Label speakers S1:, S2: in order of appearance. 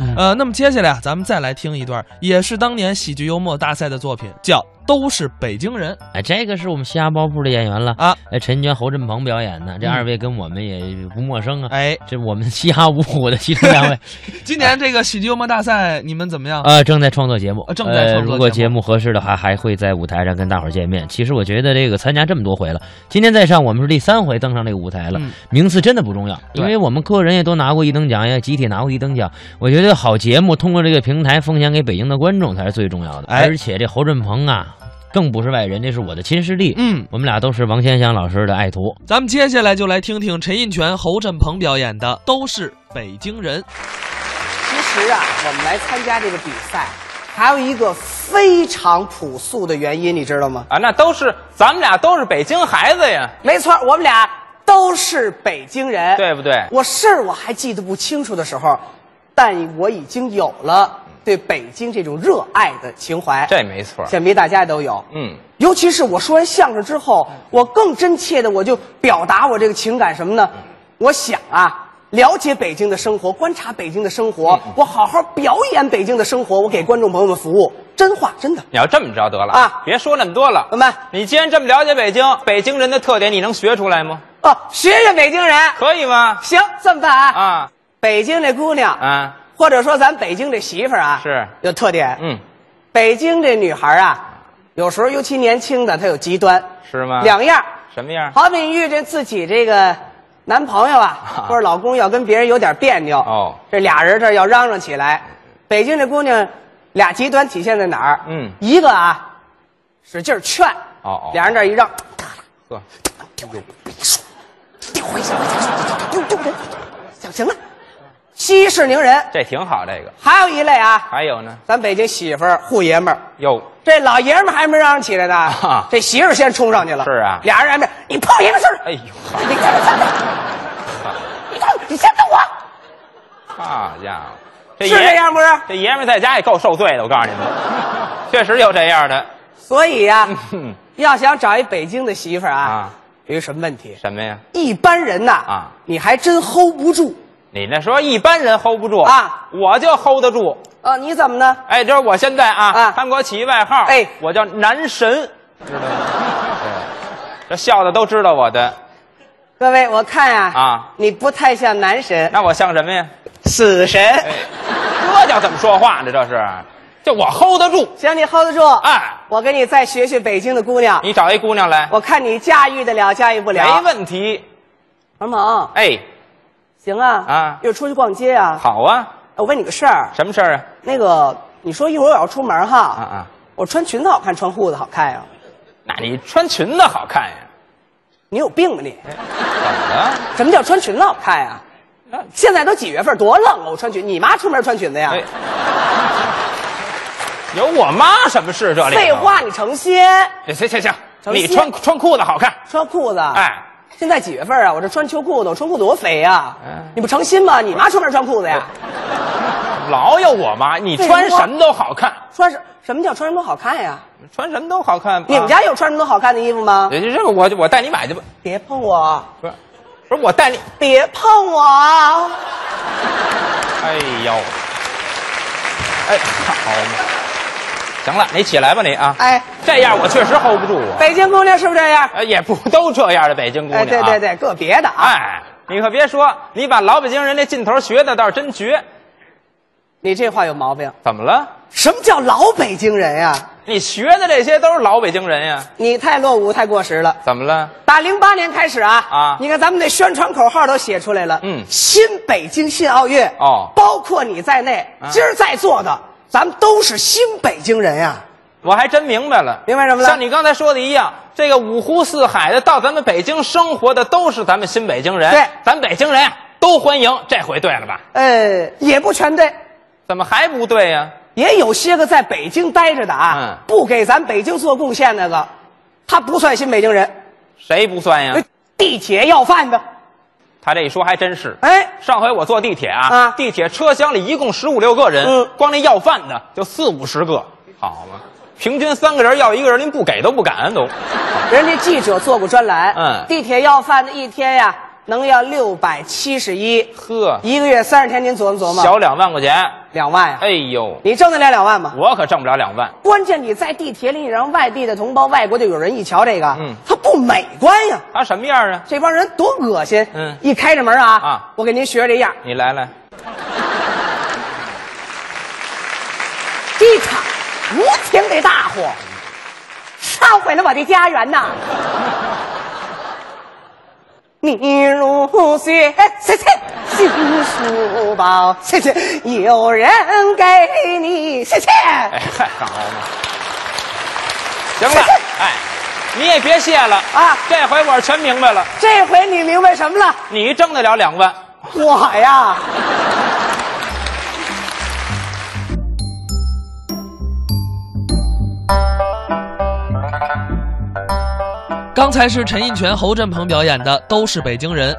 S1: 嗯
S2: 呃，那么接下来啊，咱们再来听一段，也是当年喜剧幽默大赛的作品，叫《都是北京人》。
S1: 哎，这个是我们瞎包铺的演员了
S2: 啊！
S1: 哎，陈娟、侯振鹏表演的，这
S2: 嗯
S1: 二位跟我们也不陌生啊。
S2: 哎，
S1: 这我们嘻哈五虎的其中 两
S2: 啊
S1: 位
S2: 今年这个喜剧幽默大赛你们怎么样？
S1: 呃，正在创作节目，
S2: 呃正在创作
S1: 呃如果
S2: 节
S1: 节目合适的话，还会在舞台上跟大伙儿见面。其实我觉得这个参加这么多回了，今天再上我们是第三回登上这个舞台了，
S2: 嗯
S1: 名次真的不重要，
S2: 对
S1: 因为我们个人也都拿过一等奖，也集体拿过一等奖。我觉得好节目通过这个平台奉献给北京的观众才是最重要的。
S2: 哎
S1: 而且这侯振鹏啊，更不是外人，这是我的亲师弟。
S2: 嗯，
S1: 我们俩都是王千祥老师的爱徒。
S2: 咱们接下来就来听听陈印泉、侯振鹏表演的《都是北京人》。
S3: 其实啊，我们来参加这个比赛，还有一个非常朴素的原因，你知道吗？
S4: 啊，那都是咱们俩都是北京孩子呀，
S3: 没错，我们俩都是北京人。
S4: 对不对？
S3: 我事儿我还记得不清楚的时候，但我已经有了对北京这种热爱的情怀。
S4: 这没错。
S3: 想必大家都有。
S4: 嗯，
S3: 尤其是我说完相声之后，我更真切的我就表达我这个情感什么
S4: 嗯
S3: 呢？我想啊，了解北京的生活，观察北京的生活，
S4: 嗯
S3: 我好好表演北京的生活，我给观众朋友们服务，真话真的。
S4: 你要这么着得了
S3: 啊
S4: 别说那么多了。
S3: 怎么办
S4: 你既然这么了解北京，北京人的特点你能学出来吗？
S3: 哦，学学北京人。
S4: 可以吗？
S3: 行，这么办啊？
S4: 啊
S3: 北京这姑娘，
S4: 啊，
S3: 或者说咱北京这媳妇儿啊，
S4: 是
S3: 有特点。
S4: 嗯，
S3: 北京这女孩啊，有时候尤其年轻的，她有极端，
S4: 是吗？
S3: 两样儿。
S4: 什么 样？
S3: 好比你遇见自己这个男朋友啊
S4: 啊，
S3: 或者老公要跟别人有点别扭，
S4: 哦，
S3: 这俩人这儿要嚷嚷起来。北京这姑娘，俩极端体现在哪儿？
S4: 嗯
S3: 一个啊，使劲儿劝，
S4: 哦哦
S3: 俩人这儿一嚷，
S4: 呵，
S3: 丢回去，丢丢人，行行了，息事宁人。
S4: 这挺好，这个。
S3: 还有一类啊，
S4: 还有呢？
S3: 咱北京媳妇儿护爷们儿，
S4: 哟，
S3: 这老爷们儿还没嚷嚷起来呢，
S4: 啊
S3: 这媳妇儿先冲上去了。
S4: 是啊
S3: 俩人还没，你碰爷们儿 事儿，
S4: 哎呦，
S3: 你看我上你看你先等我，
S4: 好家伙，
S3: 是这样 不是？
S4: 这爷们儿在家也够受罪的，我告诉你们， 确实有这样的。嗯
S3: 所以啊 呀、
S4: 哼，
S3: 要想找一北京的媳妇儿啊
S4: 啊，
S3: 有一什么问题？
S4: 什么呀？
S3: 一般人呐，
S4: 啊
S3: 你还真 hold 不住
S4: 你那说一般人 hold 不住
S3: 啊，
S4: 我就 hold 得住。
S3: 啊！你怎么呢？
S4: 哎，这是我现在啊，
S3: 啊
S4: 他们给我起一外号，
S3: 哎
S4: 我叫男神，知道吗？对，这笑的都知道我的，
S3: 各位，我看呀、
S4: 啊
S3: 你不太像男神，
S4: 那我像什么呀？
S3: 死神。
S4: 哎，这叫怎么说话呢？这是，这我 hold 得住。
S3: 行，你 hold 得住。
S4: 哎，
S3: 我给你再学学北京的姑娘，
S4: 你找一姑娘来，
S3: 我看你驾驭得了，驾驭不了。
S4: 没问题。
S3: 王猛，
S4: 哎，
S3: 行啊，
S4: 啊
S3: 又出去逛街啊。
S4: 好啊，
S3: 我问你个事儿，
S4: 什么事儿啊？
S3: 那个你说一会儿我要出门哈，
S4: 啊啊，
S3: 我穿裙子好看，穿裤子好看呀、啊
S4: 那你穿裙子好看呀？
S3: 你有病吧你？
S4: 怎么了？
S3: 什么叫穿裙子好看呀、
S4: 那
S3: 现在都几月份，多冷啊！我穿裙，你妈出门穿裙子呀？
S4: 啊哎，有我妈什么事？这里头
S3: 废，话，你成仙，
S4: 行行行，
S3: 成
S4: 你
S3: 仙
S4: 穿穿裤子好看。
S3: 穿裤子。
S4: 哎，
S3: 现在几月份啊？我这穿秋裤呢，我穿裤子多肥啊！
S4: 嗯
S3: 你不成心吗？你妈出门穿裤子呀？
S4: 老有我妈，你穿什么都好看，
S3: 穿什什么叫穿什么都好看呀？
S4: 穿什么都好看。
S3: 你们家有穿什么都好看的衣服吗？
S4: 也就这个，我我带你买去吧。
S3: 别碰我！
S4: 不是，不是我带你。
S3: 别碰我！
S4: 哎呦，哎，好嘛，行了，你起来吧你啊。
S3: 哎，
S4: 这样我确实 hold 不住我。
S3: 北京姑娘是不是这样？
S4: 哎，也不都这样的北京姑娘、
S3: 哎，
S4: 啊。
S3: 对对。对，个别的啊。
S4: 哎，你可别说，你把老北京人那劲头学的倒是真绝。
S3: 你这话有毛病。
S4: 怎么了？
S3: 什么叫老北京人呀、
S4: 你学的这些都是老北京人呀？
S3: 你太落伍，太过时了。
S4: 怎么了？
S3: 打零八年开始啊，
S4: 啊
S3: 你看咱们那宣传口号都写出来了，
S4: 嗯
S3: 新北京新奥运
S4: 哦
S3: 包括你在内，
S4: 啊
S3: 今儿在座的，咱们都是新北京人呀、
S4: 我还真明白了，
S3: 明白什么了
S4: 像你刚才说的一样，这个五湖四海的到咱们北京生活的都是咱们新北京人，
S3: 对
S4: 咱北京人啊都欢迎。这回对了吧？
S3: 呃，也不全对，
S4: 怎么还不对呀、
S3: 也有些个在北京待着的啊，
S4: 嗯
S3: 不给咱北京做贡献那个，他不算新北京人。
S4: 谁不算呀？
S3: 哎地铁要饭的，
S4: 他这一说还真是。
S3: 哎，
S4: 上回我坐地铁啊，
S3: 啊
S4: 地铁车厢里一共十五六个人，
S3: 嗯
S4: 光那要饭的就四五十个，好嘛，平均三个人要一个人，您不给都不敢都。
S3: 人家记者做过专栏，
S4: 嗯
S3: 地铁要饭的一天呀，能要六百七十一，
S4: 呵，
S3: 一个月三十天，您琢磨琢
S4: 小
S3: 磨，
S4: 两万块钱，
S3: 两万呀、
S4: 哎呦，
S3: 你挣得了两万吗？
S4: 我可挣不了两万。
S3: 关键你在地铁里，你让外地的同胞、外国的有人一瞧这个，
S4: 嗯
S3: 他不美观呀，
S4: 他什么样啊？
S3: 这帮人多恶心。
S4: 嗯
S3: 一开着门啊，
S4: 啊
S3: 我给您学这样，
S4: 你来来，
S3: 机场无情的大火，烧毁了我的家园呐！你如雪，切切，心书包，切切，有人给你，切切。
S4: 哎，嗨，好嘛，行了，哎，你也别谢了
S3: 啊
S4: 这回我是全明白了，
S3: 这回你明白什么了？
S4: 你挣得了两万，
S3: 我呀，
S2: 刚才是陈印泉、侯振鹏表演的《都是北京人》。